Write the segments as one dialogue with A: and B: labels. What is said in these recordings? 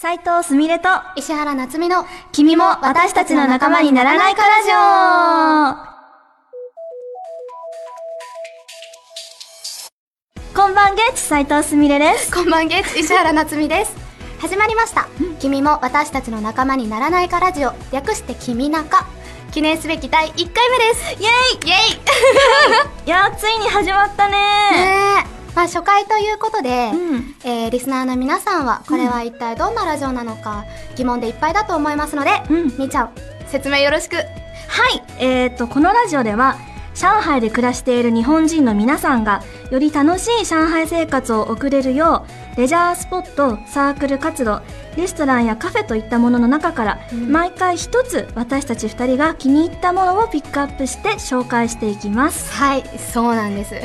A: 斉藤すみれと、
B: 石原夏美の
A: 君も私たちの仲間にならないかラジオこんばんげち斉藤すみれです。
B: こんばんげ石原夏美です始まりました君も私たちの仲間にならないかラジオ略して君中記念すべき第1回目ですイエイイエイ
A: いやー、ついに始まったね
B: ねえまあ初回ということで、
A: うん
B: えーリスナーの皆さんはこれは一体どんなラジオなのか疑問でいっぱいだと思いますので、
A: うん
B: みーちゃん説明よろしく
A: はい、えー、と、このラジオでは、上海で暮らしている日本人の皆さんが、より楽しい上海生活を送れるよう、レジャースポット、サークル活動、レストランやカフェといったものの中から、
B: うん
A: 毎回一つ私たち二人が気に入ったものをピックアップして紹介していきます。
B: はいそうなんです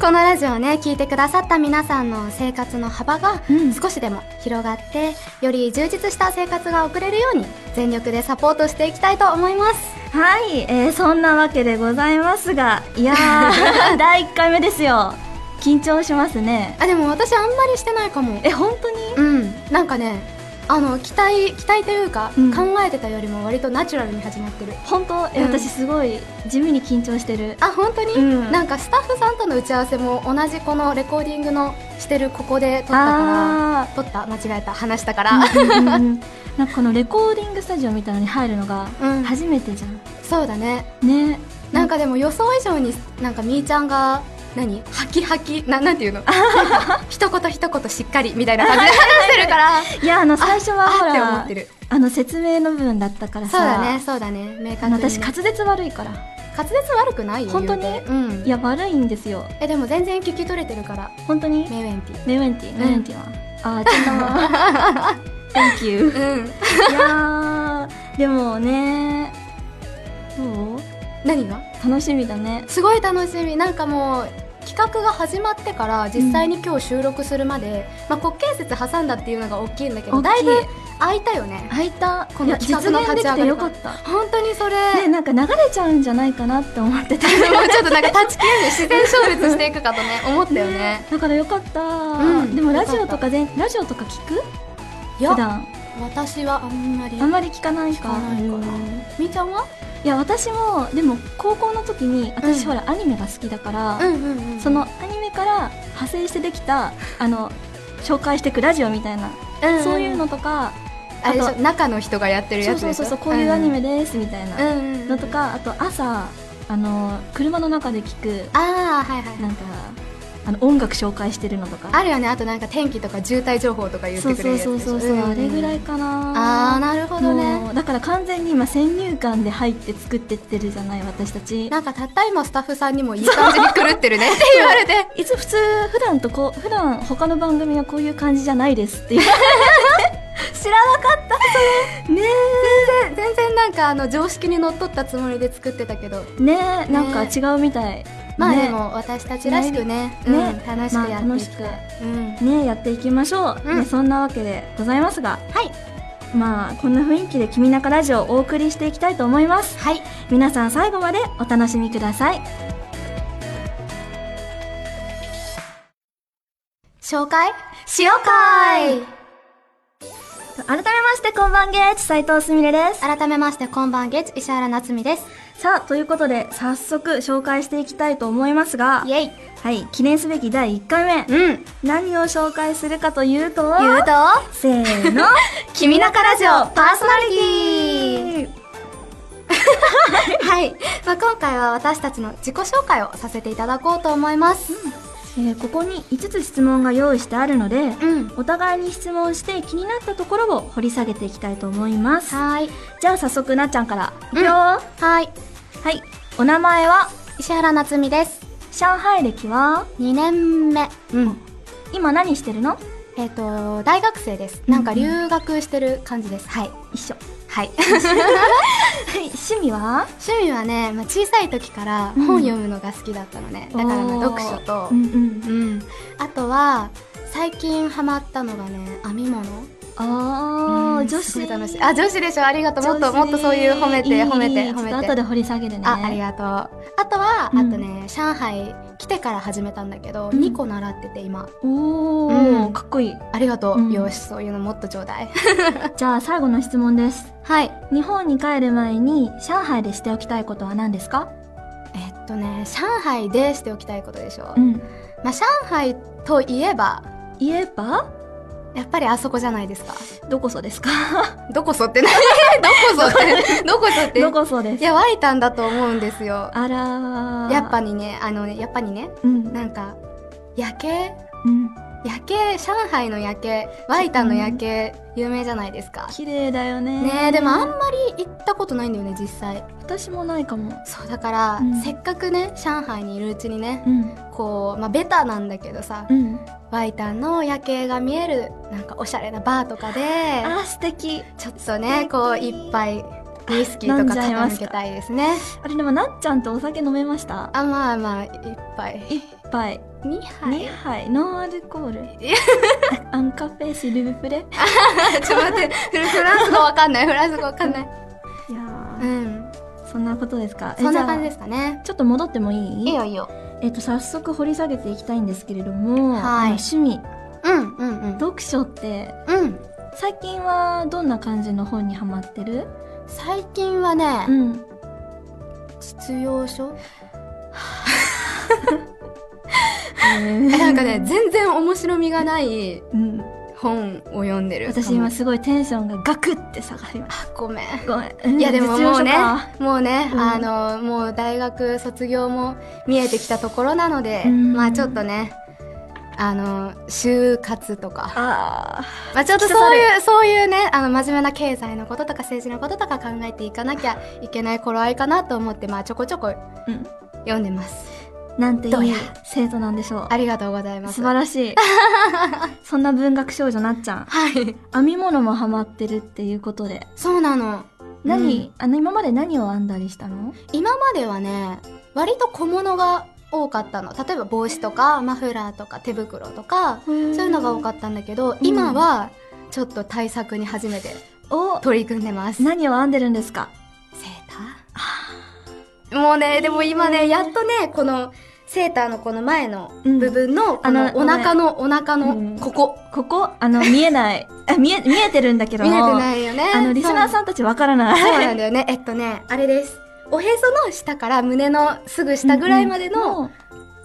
B: このラジオをね聞いてくださった皆さんの生活の幅が
A: うん
B: 少しでも広がって、より充実した生活が送れるように全力でサポートしていきたいと思います
A: はい、えー、そんなわけでございますが、いや ー、第一回目ですよ。緊張しますね。
B: あでも私あんまりしてないかも
A: え、本当に
B: うんなんかねあの期待期待というか、
A: うん
B: 考えてたよりも割とナチュラルに始まってる
A: 本当え、
B: うん
A: 私すごい地味に緊張してる。
B: あ本当に、
A: うん
B: なんかスタッフさんとの打ち合わせも同じこのレコーディングのしてるここで撮ったか
A: あ
B: ら撮った間違えた話したか
A: あ
B: ら、
A: なんかこのレコーディングスタジオみたいなのに入るのが
B: うん
A: 初めてじゃん、
B: そうだね
A: ね
B: なんかでも予想以上になんかみーちゃんが何ハキハキななんてい うの一言一言しっかりみたいな感じで話してるから
A: いやあの最初はほら
B: ああって思ってる
A: あの説明の部分だったから
B: そ
A: さ
B: うだねそうだね明確
A: あ
B: に
A: の
B: ね、
A: 私滑舌悪いから
B: 滑舌悪くないよ
A: 本当に
B: 言うてうん
A: いや悪いんですよ
B: えでも全然聞き取れてるから
A: 本当に
B: メウェンテ
A: メウェンティメウェンティは、ああちょっと Thank you
B: ィうん
A: いやーでもねどう
B: 何が
A: 楽しみだね
B: すごい楽しみなんかもう企画が始まってから実際に今日収録するまで、まあ、国慶節挟んだっていうのが大きいんだけど
A: 大
B: だ
A: き
B: い
A: い
B: ぶ空いたよね
A: 開いた
B: この
A: いや実
B: 企画の
A: 現で
B: 立ち上
A: き
B: が
A: て
B: り
A: よかった
B: 本当にそれ、
A: ねなんか流れちゃうんじゃないかなって思ってた
B: も うちょっとなんか断ち切れず自然消滅していくかとね思ったよね
A: だからよかった、
B: うん
A: でもラジオとか全ラジオとか聞く
B: い
A: 普
B: や
A: 段
B: 私はあんまり
A: あんまり聞かないか
B: 聞かないかな
A: うん
B: みーちゃんはい
A: や私もでも高校の時に私、
B: うん
A: ほらアニメが好きだから、
B: んうん、
A: そのアニメから派生してできたあの紹介してくラジオみたいな、
B: うんん
A: そういうのとか
B: あれでし
A: あ
B: ょ
A: と
B: 中の人がやってる
A: そ
B: や
A: う
B: つ
A: そ
B: で
A: う
B: し
A: そ
B: ょ
A: うそうこういうアニメですみたい
B: うん
A: な
B: うんうん
A: のとか、あと朝あの車の中で聞く
B: ああはいはい
A: なんかあの音楽紹介してるのとか
B: あるよねあとなんか天気とか渋滞情報とか言っ
A: そ
B: て
A: う
B: く
A: そ
B: れ
A: う
B: るやつでし
A: そ
B: ょ
A: うそうそう、
B: んん
A: あれぐらいかな
B: ああなるほどね
A: もうだから完全に今先入観で入って作ってってるじゃない私たち
B: なんかたった今スタッフさんにもいい感じに狂ってるねって言われて
A: いつ普通普段とこう普段他の番組はこういう感じじゃないですっていう知らなかったそれね
B: 全然なんかあの常識にのっとったつもりで作ってたけど
A: えねえなんか違うみたい、
B: まあ
A: ね
B: でも私たちらしくね
A: ね
B: うん楽しくやっていきたい、
A: まあ
B: うん
A: ねえやっていきましょう、
B: うん
A: ね、そんなわけでございますが
B: はい
A: まあこんな雰囲気で「君中ラジオ」をお送りしていきたいと思います
B: はい
A: 皆さん最後までお楽しみください
B: 紹介しようかい
A: 改めましてこんばんげーち斉藤すみれです
B: 改めましてこんばんゲッチ石原夏美です
A: さあということで早速紹介していきたいと思いますが
B: イエイ
A: はい記念すべき第1回目
B: うん言う
A: 何を紹介するかというと
B: と
A: せーの
B: 君中ラジオ パーソナリティ
A: は
B: はい、まあ、今回は私たちの自己紹介をさせていただこうと思います
A: いえーここに5つ質問が用意してあるので
B: うん、
A: お互いに質問して気になったところを掘り下げていきたいと思います
B: はーい
A: じゃあ早速なっちゃんからいくよ、
B: うん
A: は
B: はい
A: いお名前は
B: 石原夏美です
A: 上海歴は
B: 2年目うん
A: 今何してるの
B: えっ、と大学生です
A: うん
B: なんか留学してる感じです、はい
A: 一緒
B: はい
A: はい趣味は
B: 趣味はね、まあ、小さい時から
A: うん
B: 本読むのが好きだったのね、だからまあ
A: おー
B: 読書と
A: うんうん
B: うん、あとは最近ハマったのがね編み物
A: ああ、も女
B: す
A: 子
B: ごい楽しい。あ、女子でしょありがとう。もっと、もっとそういう褒めて、褒めて、褒め
A: ちょっと
B: て。
A: 後で掘り下げるね
B: あ、ありがとう。あとは、
A: うん
B: あとね、上海来てから始めたんだけど、
A: うん
B: 2個習ってて今。
A: おー、
B: うん
A: かっこいい
B: ありがとう。
A: うん
B: よし、そういうのもっとちょうだい。
A: じゃあ最後の質問です
B: はい。
A: 日本に帰る前に上海でしておきたいことは何ですか
B: えっとね、上海でしておきたいことでしょ。
A: ん
B: まあ、上海といえば、
A: 言えば
B: やっぱりあそこじゃないですか。
A: どこそですか
B: どこそってな どこそって、どこそって。
A: どこそで
B: い
A: す
B: や、湧いたんだと思うんですよ。
A: あらー
B: やっぱにね、あのね、やっぱにね、
A: うん
B: なんか、夜景
A: うん
B: 夜景、上海の夜景、ワイタンの夜景、有名じゃないですか。
A: 綺麗だよね
B: ねえ、でもあんまり行ったことないんだよね、実際。
A: 私もないかも
B: そう、だから、
A: うん
B: せっかくね、上海にいるうちにね、
A: うん
B: こう、まあ、ベタなんだけどさ、
A: うん
B: ワイタンの夜景が見える、なんかおしゃれなバーとかで、
A: あー素敵
B: ちょっとね、
A: 素敵
B: こう、一杯、ウイスキーとか傾けたいですね。
A: あれでもなっちゃんとお酒飲めました
B: あ、まあまあ、一杯。
A: 一杯
B: 二杯
A: 二杯ノンアルコー
B: いや
A: ル アンカフェシルブプレいや
B: ちょっと待って、フラフランス語わかんない、フランス語わかんない。う
A: ー
B: ん。
A: そんなことですかえ
B: そんな感じ
A: じゃ
B: ですかね
A: あ。ちょっと戻ってもいい
B: いいよいいよ。
A: えっと早速掘り下げていきたいんですけれども、
B: はい
A: あの趣味
B: うん、うん、うん。
A: 読書って
B: うん。
A: 最近はどんな感じの本にハマってる
B: 最近はね、
A: ん
B: 実用書
A: な
B: なんかね、全然面白みがない
A: うん、
B: 本を読んでる。
A: 私今すごいテンションがガクって下がりまし
B: あ、ごめん。
A: たごめんうん
B: いやでも
A: 実用
B: もう
A: 書
B: ね
A: か、
B: もうね、
A: うん
B: あの、もう大学卒業も見えてきたところなので、
A: うん
B: まあちょっとね、あの、就活とか、
A: ああ
B: まあちょっと
A: 突き刺さ
B: そう
A: る
B: いう、そういうね、あの、真面目な経済のこととか政治のこととか考えていかなきゃいけない頃合いかなと思って、まあちょこちょこ
A: うん
B: 読んでます。
A: なんてい
B: どう
A: い
B: や
A: 生徒なんでしょ
B: ありがとうございうます。
A: 素晴らし いそんな文学少女なっちゃん
B: はい。
A: 編み物もハマってるっていうことで
B: そうなの。
A: 何、
B: うん
A: あの今まで何を編んだりしたの
B: 今まではね、割と小物が多かったの。例えば帽子とか、マフラーとか、手袋とか、
A: そう
B: そう
A: い
B: いうのが多かったんだけど、
A: ん
B: 今はちょっと対策に初めて
A: たお
B: 取り組んでます。セー
A: 何を編んでるんですか
B: ターもうね、でも今
A: い
B: ね、
A: いね
B: やっとね、このセーターのこの前の
A: うん
B: 部分の、こ
A: あ
B: の
A: の
B: お腹の、お腹
A: うん
B: の、ここ。
A: ここあ の見えないあ見え見えてるんだけど
B: 見えて
A: も
B: ないよね。
A: あのリスナー
B: ん。
A: さんたちわからない
B: そうなんだよね。えっとね、あれです。おへその下から胸のすぐ下ぐらいまでの、
A: も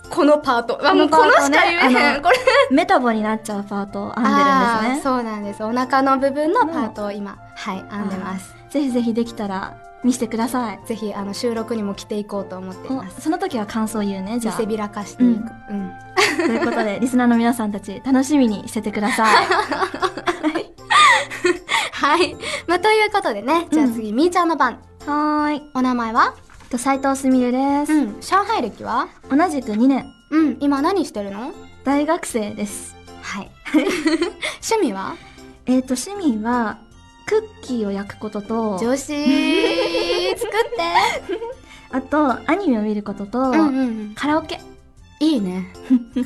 B: このパート。あ、もう
A: こ
B: こ
A: の
B: の
A: パート
B: し
A: ね
B: か言え
A: あ
B: へ
A: の
B: ん。これ。
A: うメタボになっちゃうパートを編んでるんですね
B: そうなんです。お腹の部分のパートを今、はい、編んでます。
A: ぜひぜひできたら見せてください
B: ぜひ、あの、収録にも着ていこうと思っています。
A: おその時は感想言うねじ
B: 見
A: ゃあ
B: せびらかしていく。
A: うん
B: うん
A: ということ でリスナーの皆さんたち楽しみにしててください
B: はい。まあ、ということでね、じゃあ次、みーちゃんの番。
A: はーい
B: お名前は
A: と斉藤すみれです、
B: ん。上海歴は
A: 同じく2年
B: うん。今何してるの
A: 大学生です
B: はい。趣味は
A: えっ、と趣味はクッキーを焼くことと
B: 女子作って
A: あとアニメを見ることと、
B: うんうん。
A: カラオケ
B: いい ね。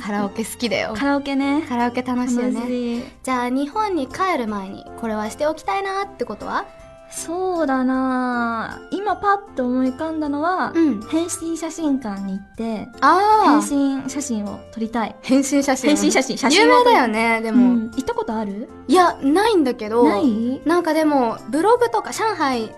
B: カラオケ好きだよ。
A: カラオケね
B: カラオケ楽
A: 楽
B: し
A: し
B: いよね。
A: い
B: じゃあ日本に帰る前にこれはしておきたいなってことは
A: そうだなあ今パッと思い浮かんだのは、
B: ん
A: 変身写真館に行って
B: ああ
A: 変身写真を撮りたい
B: 変身写
A: 変身写真写真
B: 有名だ
A: よ
B: よねで
A: で
B: も、
A: 行ったことある
B: いやないんだけど
A: ない
B: なんかでもブログとか上海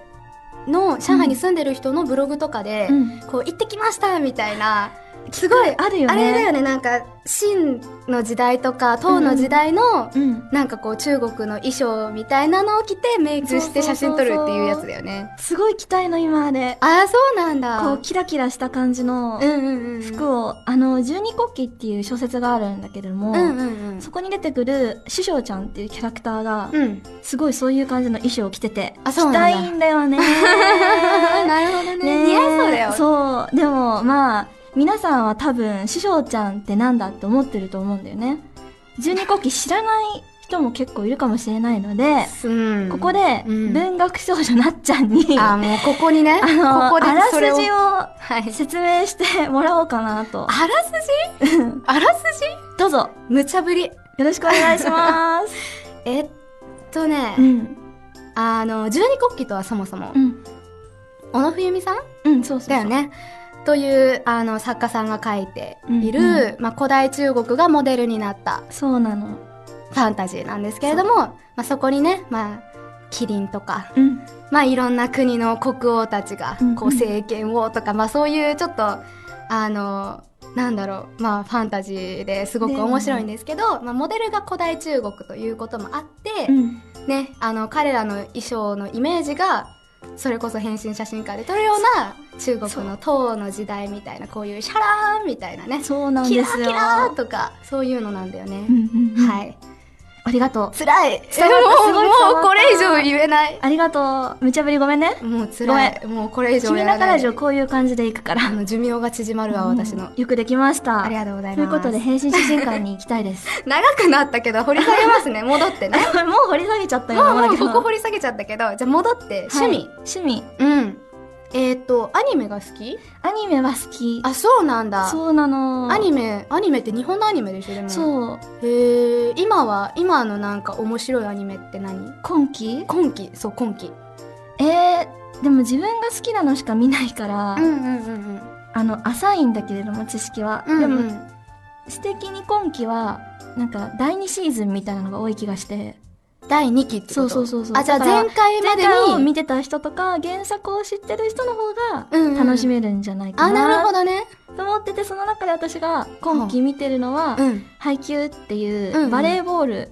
B: の上海に住んでる人のブログとかで、
A: うん
B: こう行ってきましたみたいなすごい、
A: あるよね
B: あれだよねなんか秦の時代とか唐の時代の、
A: うん
B: なんかこう中国の衣装みたいなのを着てメイクして写真撮るっていうやつだよね
A: すごい期待の今あれ
B: ああそうなんだ
A: こうキラキラした感じの
B: うんうんうん
A: 服を、あの十二国旗っていう小説があるんだけれども、
B: うんうんうん
A: そこに出てくる師匠ちゃんっていうキャラクターが、
B: うん
A: すごいそういう感じの衣装を着てて
B: あ
A: 着
B: そうなんだ
A: たいんだ よね
B: なるほどね
A: ねえ
B: 似合いそうだよ
A: そう。でも、まあ、皆さんは多分、師匠ちゃんってなんだって思ってると思うんだよね。十二国旗知らない人も結構いるかもしれないので、
B: うん
A: ここで、
B: うん
A: 文学少女なっちゃんに、
B: あー
A: あ
B: もうここにね
A: の、
B: ここ
A: あ
B: で
A: ら
B: それを
A: すじを
B: はい
A: 説明してもらおうかなと。
B: あらすじあらすじ
A: どうぞ、よ
B: 無茶ぶり
A: ろしくお願いします。
B: えっとね、
A: うん。
B: あの十二国旗とはそもそも、
A: うん
B: 小野冬美さん
A: うんそうそうそう
B: だよねというあの作家さんが書いている、
A: うん
B: まあ、古代中国がモデルになった
A: そうなの
B: ファンタジーなんですけれどもそ,、まあ、そこにね、まあ、キリンとか、
A: うん
B: まあ、いろんな国の国王たちが
A: うん
B: こう政権をとか、まあ、そういうちょっとあのなんだろう、まあ、ファンタジーですごく面白いんですけど、まあ、モデルが古代中国ということもあって、
A: うん
B: ね、あの彼らの衣装のイメージがそれこそ変身写真館で撮るような中国の唐の時代みたいなこういうシャラーンみたいなね
A: そうなん
B: キ
A: で
B: ラ
A: す
B: ー
A: よ
B: キラーとかそういうのなんだよね
A: う。んうんうん
B: はい
A: ありがとう
B: 辛 い
A: 伝わったすご
B: もう
A: い伝わった
B: もうこれ以上言えない
A: ありがとう無茶ぶりごめんね
B: もう辛いもうこれ以上
A: 君
B: や
A: ら
B: ら
A: か
B: な
A: ら
B: い
A: じょこういう感じでいくから
B: あの寿命が縮まるわ私
A: う
B: の
A: んよくできました
B: ありがとうござい
A: という
B: ます
A: ことで変身写真館に行きたいです
B: 長くなったけど掘り下げます ね戻ってね
A: もう掘り下げちゃった
B: も
A: よ
B: うもうここ掘
A: り
B: り下げちゃったけどじゃあ戻って趣味
A: 趣味
B: うんえっとアニメが好き
A: アニメは好き
B: あそうなんだ
A: そうなの
B: アニメアニメって日本のアニメでしょでも
A: そう
B: へえ今は今のなんか面白いアニメって何
A: 今期
B: 今期そう今期
A: えー、でも自分が好きなのしか見ないから、
B: んうんうん
A: あの浅いんだけれども知識は、
B: うんうん
A: でも私的に今期はなんか第2シーズンみたいなのが多い気がして
B: 第2期ってこと
A: そうそうそうそう
B: あじゃあ
A: だから
B: 前回ま
A: 前
B: で
A: 回を
B: に
A: 見てた人とか原作を知ってる人の
B: うん
A: 方
B: うん
A: が楽しめるんじゃないか
B: あなる
A: な
B: ほどね
A: と思っててその中で私が今期見てるのは
B: うん
A: 「ハイキュー」ってい
B: うんう
A: うんバレーボール、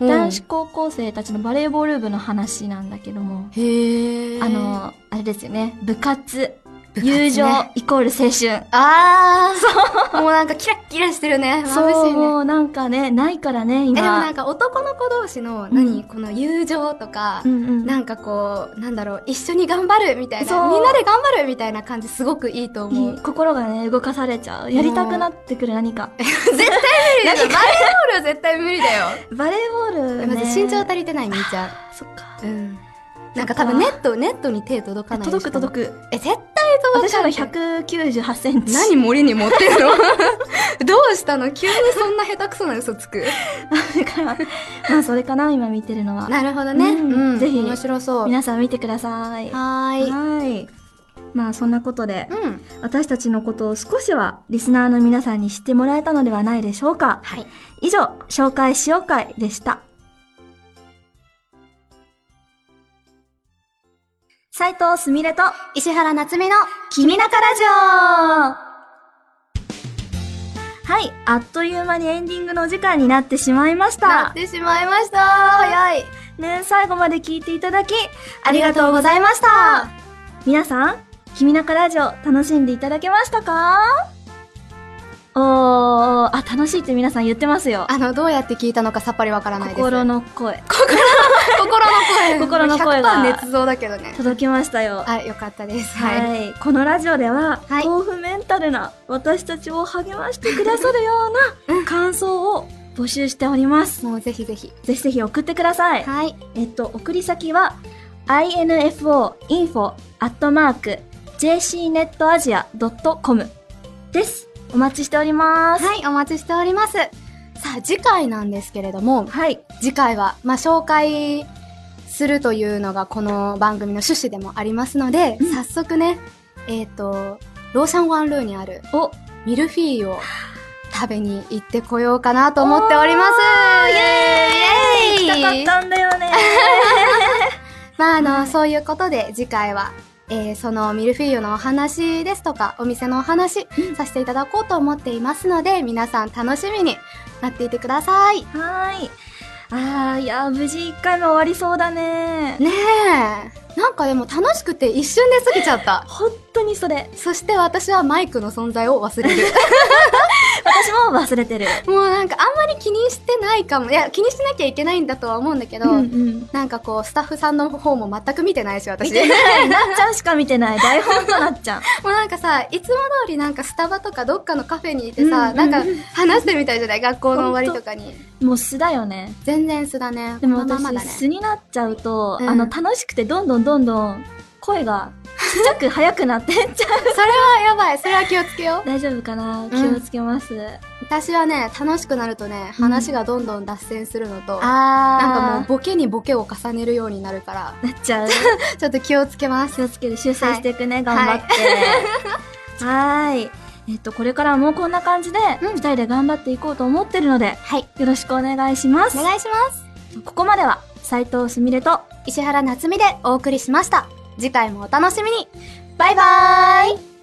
A: 男子高校生たちのバレーボール部の話なんだけども、
B: へえ
A: あのあれですよね部活
B: 部活ね
A: 友情イコール青春
B: ああ そうもうなんかキラッキラしてるね眩
A: そ
B: し
A: う
B: いね
A: もうなんかねないからね
B: え
A: 今
B: でもなんか男の子同士の何、
A: うん
B: この友情とか、
A: うんうん、
B: なんかこうなんだろう一緒に頑張るみたい
A: そ
B: な
A: う
B: みんなで頑張るみたいな感じすごくいいと思
A: いうい心がね動かされちゃうやりたくなってくる何か
B: 絶対 無理だよ。バレーボールは絶対無理だよ。
A: バレーボール、ね、
B: まず身長足りてないみーちゃん。
A: そっか
B: うん。なんか多分ネット、ネットに手届かない。
A: 届く届
B: く。
A: く
B: え、絶対届
A: 私
B: か
A: は
B: ない。
A: 198センチ
B: 何森に持ってるの どうしたの急にそんな下手くそな嘘つ く。
A: だからまあそれかな今見てるのは
B: なるほどね。
A: うん
B: うん。
A: ぜひ
B: 面白そう。は
A: 皆さん見てくださいは
B: ーい。
A: いまあそんなことで
B: うん。
A: 私たちのことを少しはリスナーの皆さんに知ってもらえたのではないでしょうか
B: はい。
A: 以上紹介しよう会でした斉藤すみれと
B: 石原夏美の。
A: 君中ラジオはい、あっという間にエンディングのお時間になってしまいまし。
B: なったてしまいました。早い。
A: ね、最後まで聞いていただき、
B: ありがとうございました。
A: 皆さん、君中ラジオ楽しんでいただけましたかおー、あ、楽しいって皆さん言ってますよ。
B: あの、どうやって聞いたのかさっぱりわからないです。
A: 心。の声。
B: 心の声。
A: 心の声が
B: 100%捏造だけどね。
A: 届きましたよ。
B: あ、よかったです。
A: はい、
B: はい。
A: このラジオでは、
B: はい
A: 豆腐メンタルな私たちを励ましてくださるような感想を募集しております。
B: もうぜひぜひ。
A: ぜひぜひ送ってください。
B: はい。
A: えっと、送り先は、info.info.jcnetasia.com です。お待ちしております。
B: はい、お待ちしております。さあ、次回なんですけれども、
A: はい。
B: 次回は、まあ、紹介するというのがこの番組の趣旨でもありますので、
A: うん
B: 早速ね、えっ、と、ローシャンワンルーにある
A: お、
B: ミルフィーユを食べに行ってこようかなと思っております。
A: 来
B: イ
A: たか
B: イエーイ
A: ったんだよね。
B: まあ、あの、そういうことで次回は、えーそのミルフィーユのお話ですとか、お店のお話させていただこうと思っていますので、皆さん楽しみになっていてください。
A: はーい。あー、いやー、無事一回も終わりそうだね。
B: ねえ。なんかでも楽しくて一瞬で過ぎちゃった。
A: 本当にそれ。
B: そして私はマイクの存在を忘れ る。
A: 私も忘れてる。
B: もうなんかあんまり気にしてないかも。いや、気にしなきゃいけないんだとは思うんだけど、
A: ん。
B: なんかこう、スタッフさんの方も全く見てないし、私。
A: 見てない。なっちゃんしか見てない。台本となっちゃん。
B: もうなんかさ、いつも通りなんかスタバとかどっかのカフェにいてさ、
A: うんうん
B: なんか話してるみたいじゃない学校の終わりとかに。
A: もう素だよね。
B: 全然素だね。
A: でも
B: この
A: 私、
B: ままだね。
A: 素になっちゃうと、
B: うん
A: あの、楽しくてどんどんどんどん声がちっちゃく速くなってっちゃう。
B: それはやばい。それは気をつけよ う。
A: 大丈夫かな気をつけます。
B: 私はね、楽しくなるとね、話がどんどん脱線するのと、
A: あ
B: なんかもう
A: も
B: ボケにボケを重ねるようになるから、
A: う、なっちゃう。
B: ちょっと気をつけます。
A: 気をつける、修正していくね、頑張 って。はーい。えっと、これからもこんな感じで、
B: うん
A: 二人で頑張っていこうと思ってるので、
B: はい。
A: よろしくお願いします
B: お。願いします。
A: ここまでは、斉藤すみれと、
B: 石原夏美でお送りしました。次回もお楽しみに。バイバーイ